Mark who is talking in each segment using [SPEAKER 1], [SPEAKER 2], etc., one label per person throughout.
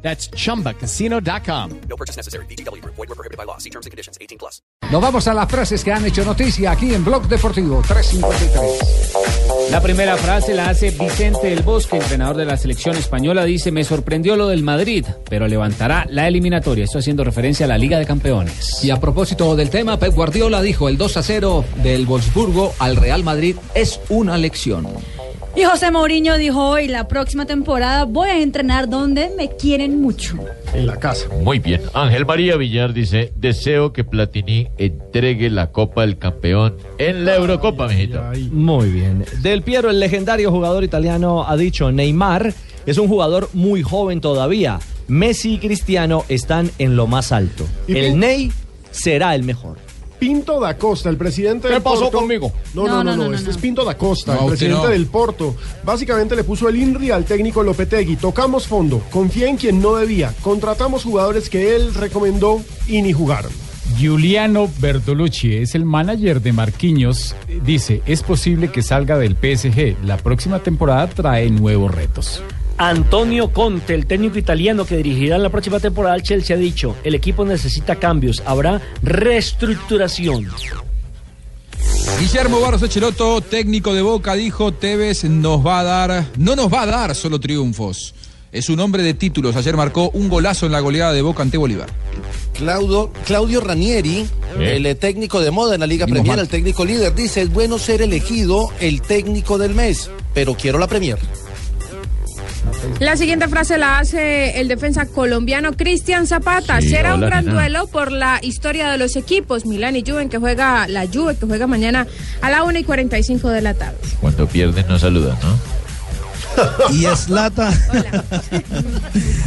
[SPEAKER 1] That's chumbacasino.com.
[SPEAKER 2] No purchase necessary. BGW. Void were prohibited by law. See terms and conditions. 18 plus.
[SPEAKER 3] Nos vamos a las frases que han hecho noticia aquí en Blog Deportivo 353.
[SPEAKER 4] La primera frase la hace Vicente del Bosque, entrenador de la selección española. Dice, me sorprendió lo del Madrid, pero levantará la eliminatoria. Esto haciendo referencia a la Liga de Campeones.
[SPEAKER 5] Y a propósito del tema, Pep Guardiola dijo el 2 a 0 del Wolfsburgo al Real Madrid es una lección.
[SPEAKER 6] Y José Mourinho dijo hoy, la próxima temporada voy a entrenar donde me quieren mucho.
[SPEAKER 7] Muy bien. Ángel María Villar dice, deseo que Platini entregue la Copa del Campeón en la Eurocopa, mijito.
[SPEAKER 8] Muy bien. Del Piero, el legendario jugador italiano, ha dicho, Neymar es un jugador muy joven todavía. Messi y Cristiano están en lo más alto.
[SPEAKER 9] ¿Y
[SPEAKER 8] el
[SPEAKER 9] quién?
[SPEAKER 8] Ney será el mejor.
[SPEAKER 9] Pinto da Costa, el presidente del Porto. No, no, no, no, este es Pinto da Costa, el presidente del Porto. Básicamente le puso el INRI al técnico Lopetegui. Tocamos fondo, confía en quien no debía. Contratamos jugadores que él recomendó y ni jugaron.
[SPEAKER 10] Giuliano Bertolucci es el manager de Marquinhos. Dice, es posible que salga del PSG. La próxima temporada trae nuevos retos.
[SPEAKER 11] Antonio Conte, el técnico italiano que dirigirá en la próxima temporada al Chelsea, ha dicho, el equipo necesita cambios, habrá reestructuración.
[SPEAKER 12] Guillermo Barros Echeloto, técnico de Boca, dijo Tevez nos va a dar, no nos va a dar solo triunfos. Es un hombre de títulos. Ayer marcó un golazo en la goleada de Boca ante Bolívar.
[SPEAKER 13] Claudio, Claudio Ranieri, el eh, técnico de moda en la Liga
[SPEAKER 12] Dimos
[SPEAKER 13] Premier,
[SPEAKER 12] mal.
[SPEAKER 13] el técnico líder, dice, es bueno ser elegido el técnico del mes, pero quiero la Premier.
[SPEAKER 14] La siguiente frase la hace el defensa colombiano Cristian Zapata.
[SPEAKER 7] Sí,
[SPEAKER 14] Será un
[SPEAKER 7] hola,
[SPEAKER 14] gran
[SPEAKER 7] Nina.
[SPEAKER 14] duelo por la historia de los equipos. Milán y Juven que juega la Juve que juega mañana a la 1 y 45 de la tarde.
[SPEAKER 7] Cuando pierden no saludan, ¿no?
[SPEAKER 15] Y Zlatan,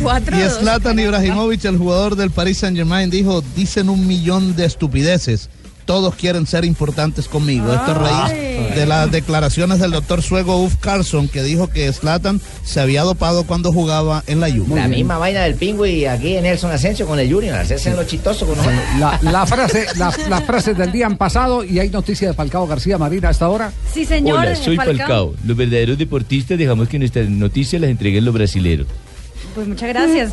[SPEAKER 14] Cuatro.
[SPEAKER 15] y
[SPEAKER 14] dos.
[SPEAKER 15] Zlatan Ibrahimovic, el jugador del Paris Saint Germain, dijo, dicen un millón de estupideces. Todos quieren ser importantes conmigo. Esto es raíz de las declaraciones del doctor suego Uf Carson, que dijo que Zlatan se había dopado cuando jugaba en la Juve.
[SPEAKER 5] La misma vaina del pingüi aquí en Nelson Asensio con el Junior. Ese es lo chistoso con
[SPEAKER 3] La, la frase, la- las frases del día han pasado y hay noticia de Falcao García Marina hasta ahora.
[SPEAKER 6] Sí, señor. Falcao.
[SPEAKER 7] Los verdaderos deportistas dejamos que nuestras noticias las entreguen los brasileros.
[SPEAKER 6] Pues muchas gracias.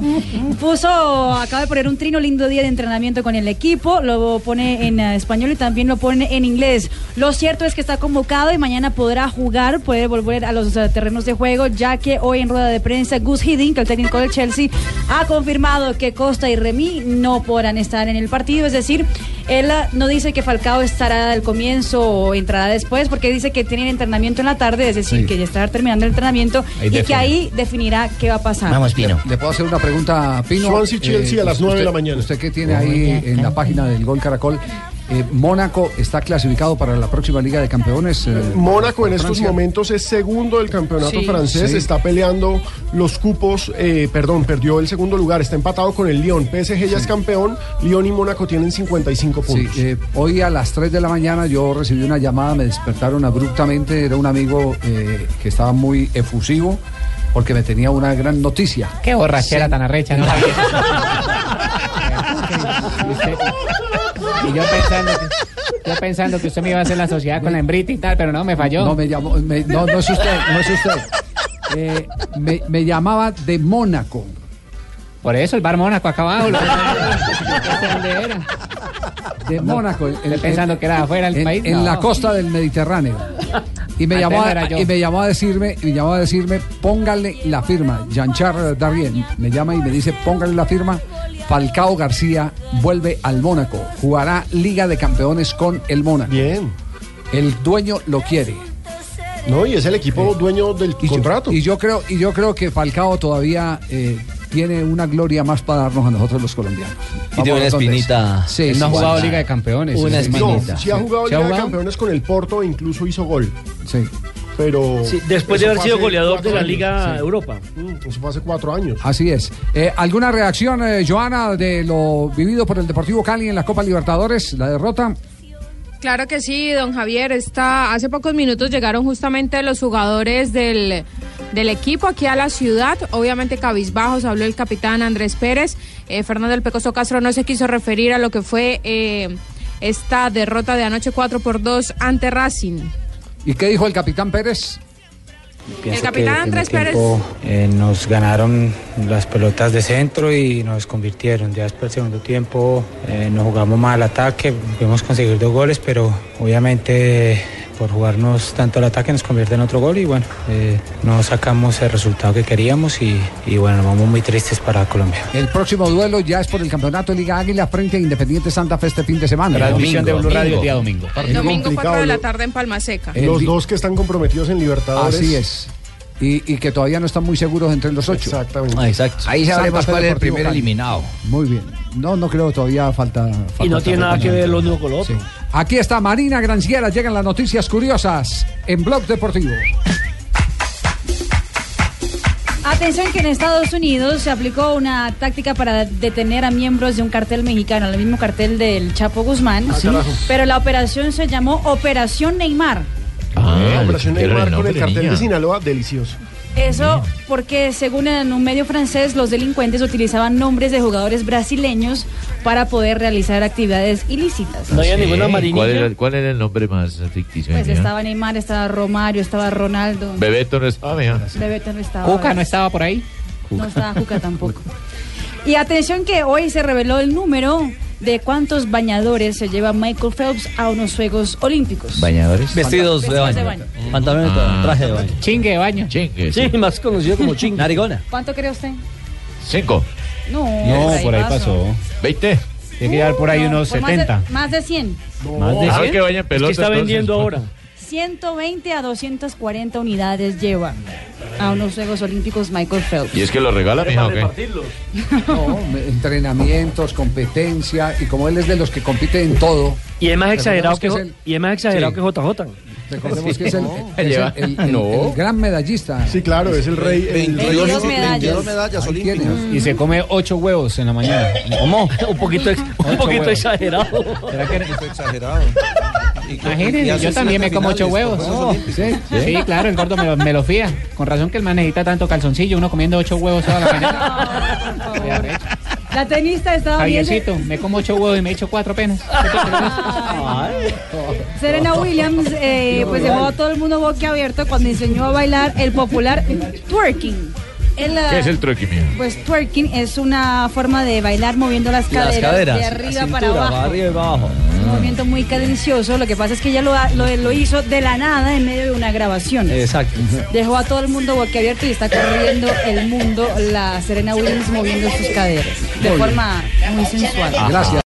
[SPEAKER 6] Puso, acaba de poner un trino lindo día de entrenamiento con el equipo, lo pone en eh, español y también lo pone en inglés. Lo cierto es que está convocado y mañana podrá jugar, puede volver a los eh, terrenos de juego, ya que hoy en rueda de prensa Gus Hiddink, el técnico del Chelsea, ha confirmado que Costa y Remy no podrán estar en el partido, es decir, él eh, no dice que Falcao estará al comienzo o entrará después, porque dice que tienen entrenamiento en la tarde, es decir, que ya estará terminando el entrenamiento
[SPEAKER 4] Ahí
[SPEAKER 6] y que
[SPEAKER 4] define.
[SPEAKER 6] ahí definirá qué va a pasar.
[SPEAKER 5] Vamos, Pino.
[SPEAKER 3] Le puedo hacer una pregunta, Pino. Eh,
[SPEAKER 9] Swansea, Chelsea, a las
[SPEAKER 3] usted-
[SPEAKER 9] nueve de la mañana.
[SPEAKER 3] Usted que tiene ahí en la página del Gol Caracol, eh, Mónaco está clasificado para la próxima Liga de Campeones. eh,
[SPEAKER 9] Mónaco
[SPEAKER 3] por
[SPEAKER 9] en estos
[SPEAKER 3] Francia.
[SPEAKER 9] momentos es segundo del campeonato
[SPEAKER 14] Sí.
[SPEAKER 9] francés,
[SPEAKER 3] Sí. está
[SPEAKER 9] está peleando los cupos, eh, perdón, perdió el segundo lugar, está empatado con el Lyon. PSG ya es campeón, Lyon y Mónaco tienen 55
[SPEAKER 3] Sí,
[SPEAKER 9] puntos.
[SPEAKER 3] eh, hoy a las 3 de la mañana yo recibí una llamada, me despertaron abruptamente, era un amigo eh, que estaba muy efusivo porque me tenía una gran noticia.
[SPEAKER 4] Qué borrachera tan arrecha, ¿no? y yo pensando, que, yo pensando que usted me iba a hacer la sociedad con la hembrita y tal, pero no, me falló.
[SPEAKER 3] No, me llamó, me- no, no es usted, no es usted. Eh, me, me llamaba de Mónaco.
[SPEAKER 4] Por eso el bar Mónaco acá abajo. lo- ¿Este dónde era?
[SPEAKER 3] De Mónaco. en- en-
[SPEAKER 4] Estoy pensando que era afuera del
[SPEAKER 3] en,
[SPEAKER 4] país.
[SPEAKER 3] en
[SPEAKER 4] no.
[SPEAKER 3] la costa del Mediterráneo. Y me,
[SPEAKER 4] Antes
[SPEAKER 3] llamó
[SPEAKER 4] no
[SPEAKER 3] a,
[SPEAKER 4] era yo.
[SPEAKER 3] y me llamó a decirme, y me llamó a decirme, póngale la firma. Jean-Charles Darien me llama y me dice, póngale la firma. Falcao García vuelve al Mónaco. Jugará Liga de Campeones con el Mónaco.
[SPEAKER 9] Bien.
[SPEAKER 3] El dueño lo quiere.
[SPEAKER 9] No, y es el equipo dueño del
[SPEAKER 3] eh, Y yo-
[SPEAKER 9] contrato.
[SPEAKER 3] y yo creo, y yo creo que Falcao todavía eh, tiene una gloria más para darnos a nosotros los colombianos. Vamos
[SPEAKER 5] tiene una
[SPEAKER 3] entonces.
[SPEAKER 5] espinita.
[SPEAKER 3] Sí,
[SPEAKER 4] Él
[SPEAKER 3] sí,
[SPEAKER 4] no ha
[SPEAKER 3] sí,
[SPEAKER 4] jugado
[SPEAKER 3] sí.
[SPEAKER 4] Liga de Campeones.
[SPEAKER 5] Una
[SPEAKER 4] ese man.
[SPEAKER 9] No,
[SPEAKER 5] espinita.
[SPEAKER 9] si ha jugado
[SPEAKER 4] ¿Sí ha
[SPEAKER 9] Liga de
[SPEAKER 4] jugado?
[SPEAKER 9] Campeones con el Porto, incluso hizo gol.
[SPEAKER 3] Sí.
[SPEAKER 9] Pero.
[SPEAKER 11] Sí, después de
[SPEAKER 9] eso
[SPEAKER 11] haber
[SPEAKER 9] fue
[SPEAKER 11] sido
[SPEAKER 9] hace
[SPEAKER 11] goleador de
[SPEAKER 9] cuatro
[SPEAKER 11] la
[SPEAKER 9] años.
[SPEAKER 11] Liga
[SPEAKER 9] Sí.
[SPEAKER 11] Europa.
[SPEAKER 9] Mm, Eso fue hace cuatro años.
[SPEAKER 3] Así es. Eh, ¿Alguna reacción, eh, Joana, de lo vivido por el Deportivo Cali en la Copa Libertadores, la derrota?
[SPEAKER 14] Claro que sí, don Javier. Está, hace pocos minutos llegaron justamente los jugadores del, del equipo aquí a la ciudad. Obviamente cabizbajos, habló el capitán Andrés Pérez. Eh, Fernando El Pecoso Castro no se quiso referir a lo que fue eh, esta derrota de anoche 4 por 2 ante Racing.
[SPEAKER 3] ¿Y qué dijo el capitán Pérez?
[SPEAKER 14] El capitán Andrés Pérez.
[SPEAKER 16] eh, nos ganaron las pelotas de centro y nos convirtieron. Ya después del segundo tiempo eh, nos jugamos más al ataque, pudimos conseguir dos goles, pero obviamente eh, por jugarnos tanto al ataque nos convierte en otro gol y bueno, eh, no sacamos el resultado que queríamos y, y bueno, vamos muy tristes para Colombia.
[SPEAKER 3] El próximo duelo ya es por el campeonato de Liga Águila frente a Independiente Santa Fe este fin de semana.
[SPEAKER 9] Transmisión de Blue Radio el día
[SPEAKER 3] domingo.
[SPEAKER 14] El domingo 4 de la
[SPEAKER 9] complicado,
[SPEAKER 14] tarde en Palma Seca.
[SPEAKER 9] Los dos que están comprometidos en Libertadores.
[SPEAKER 3] Así es. Y, y que todavía no están muy seguros entre los ocho.
[SPEAKER 9] Exactamente.
[SPEAKER 5] Ah, exacto. Ahí sabremos cuál es el primer eliminado.
[SPEAKER 3] Muy bien. No, no creo todavía falta.
[SPEAKER 11] Y no
[SPEAKER 3] falta
[SPEAKER 11] tiene nada que ver lo uno con lo otro.
[SPEAKER 3] Aquí está Marina Granciera. Llegan las noticias curiosas en Blog Deportivo.
[SPEAKER 6] Atención que en Estados Unidos se aplicó una táctica para detener a miembros de un cartel mexicano, el mismo cartel del Chapo Guzmán.
[SPEAKER 9] Ah, carajo.
[SPEAKER 6] Pero la operación se llamó Operación Neymar.
[SPEAKER 7] Ah,
[SPEAKER 9] Ah, La operación
[SPEAKER 7] qué
[SPEAKER 9] Neymar con
[SPEAKER 7] renombre,
[SPEAKER 9] el cartel
[SPEAKER 7] niña.
[SPEAKER 9] de Sinaloa, delicioso.
[SPEAKER 6] Eso porque según en un medio francés los delincuentes utilizaban nombres de jugadores brasileños para poder realizar actividades ilícitas.
[SPEAKER 7] Ah, sí. ¿Cuál
[SPEAKER 6] Pues
[SPEAKER 7] era, cuál era el nombre más ficticio?
[SPEAKER 4] Pues
[SPEAKER 7] niña?
[SPEAKER 6] estaba Neymar, estaba Romario, estaba Ronaldo.
[SPEAKER 7] Bebeto no estaba, mija.
[SPEAKER 6] Bebeto no estaba.
[SPEAKER 5] estaba por ahí?
[SPEAKER 6] No estaba Cuca tampoco. Y atención que hoy se reveló el número de cuántos bañadores se lleva Michael Phelps a unos Juegos Olímpicos.
[SPEAKER 5] Bañadores.
[SPEAKER 17] Vestidos de
[SPEAKER 6] Vestidos de
[SPEAKER 17] baño. Pantalones,
[SPEAKER 7] Ah.
[SPEAKER 17] traje de baño.
[SPEAKER 4] Chingue de baño.
[SPEAKER 7] Chingue.
[SPEAKER 17] Sí, más conocido como chingue. Narigona.
[SPEAKER 6] ¿Cuánto cree usted?
[SPEAKER 7] Cinco.
[SPEAKER 6] No,
[SPEAKER 7] ¿Veinte?
[SPEAKER 4] Tiene que llevar por ahí unos
[SPEAKER 6] Uh, Por más de-
[SPEAKER 4] 70.
[SPEAKER 6] Más de 100.
[SPEAKER 4] Más de
[SPEAKER 7] Ah,
[SPEAKER 4] 100.
[SPEAKER 7] que vaya en
[SPEAKER 4] Es
[SPEAKER 7] pelota,
[SPEAKER 4] está
[SPEAKER 7] entonces.
[SPEAKER 4] vendiendo ahora.
[SPEAKER 6] 120 a 240 unidades lleva a unos Juegos Olímpicos Michael Phelps.
[SPEAKER 7] ¿Y es que lo regala, mija, o qué?
[SPEAKER 3] No, me- entrenamientos, competencia. Y como él es de los que compite en todo.
[SPEAKER 11] Y es más exagerado que,
[SPEAKER 3] recordemos
[SPEAKER 11] J- y es más exagerado
[SPEAKER 3] Sí.
[SPEAKER 11] que JJ.
[SPEAKER 3] Recordemos que es el, es el-
[SPEAKER 11] Lleva-
[SPEAKER 3] el- el-
[SPEAKER 11] No.
[SPEAKER 3] el gran medallista.
[SPEAKER 9] Sí, claro, es el rey. El rey olímpico.
[SPEAKER 3] Ahí tienes.
[SPEAKER 4] Y se come ocho huevos en la mañana. ¿Cómo? un poquito,
[SPEAKER 11] un poquito exagerado.
[SPEAKER 4] ¿Será que
[SPEAKER 13] exagerado?
[SPEAKER 4] Imagínense, yo también me como ocho huevos.
[SPEAKER 3] ¿Sí?
[SPEAKER 4] Sí, claro, el gordo me, lo- me lo fía. Con razón que el man necesita tanto calzoncillo, uno comiendo ocho huevos toda la mañana.
[SPEAKER 6] La tenista estadounidense
[SPEAKER 4] Javiercito, me como ocho huevos y me echo cuatro apenas.
[SPEAKER 6] Serena Williams eh, pues dejó a todo el mundo boquiabierto cuando enseñó a bailar el popular twerking. El, ah,
[SPEAKER 7] ¿Qué es el truqui, mija?
[SPEAKER 6] Pues twerking es una forma de bailar moviendo las caderas, de arriba para abajo.
[SPEAKER 17] arriba y para abajo.
[SPEAKER 6] Es un movimiento muy cadencioso. Lo que pasa es que ella lo, ha- lo, lo hizo de la nada en medio de una grabación.
[SPEAKER 11] Eh.
[SPEAKER 17] Exacto.
[SPEAKER 6] Dejó a todo el mundo boquiabierto y está corriendo el mundo la Serena Williams moviendo sus caderas de
[SPEAKER 3] Muy bien.
[SPEAKER 6] forma muy sensual.
[SPEAKER 3] Gracias.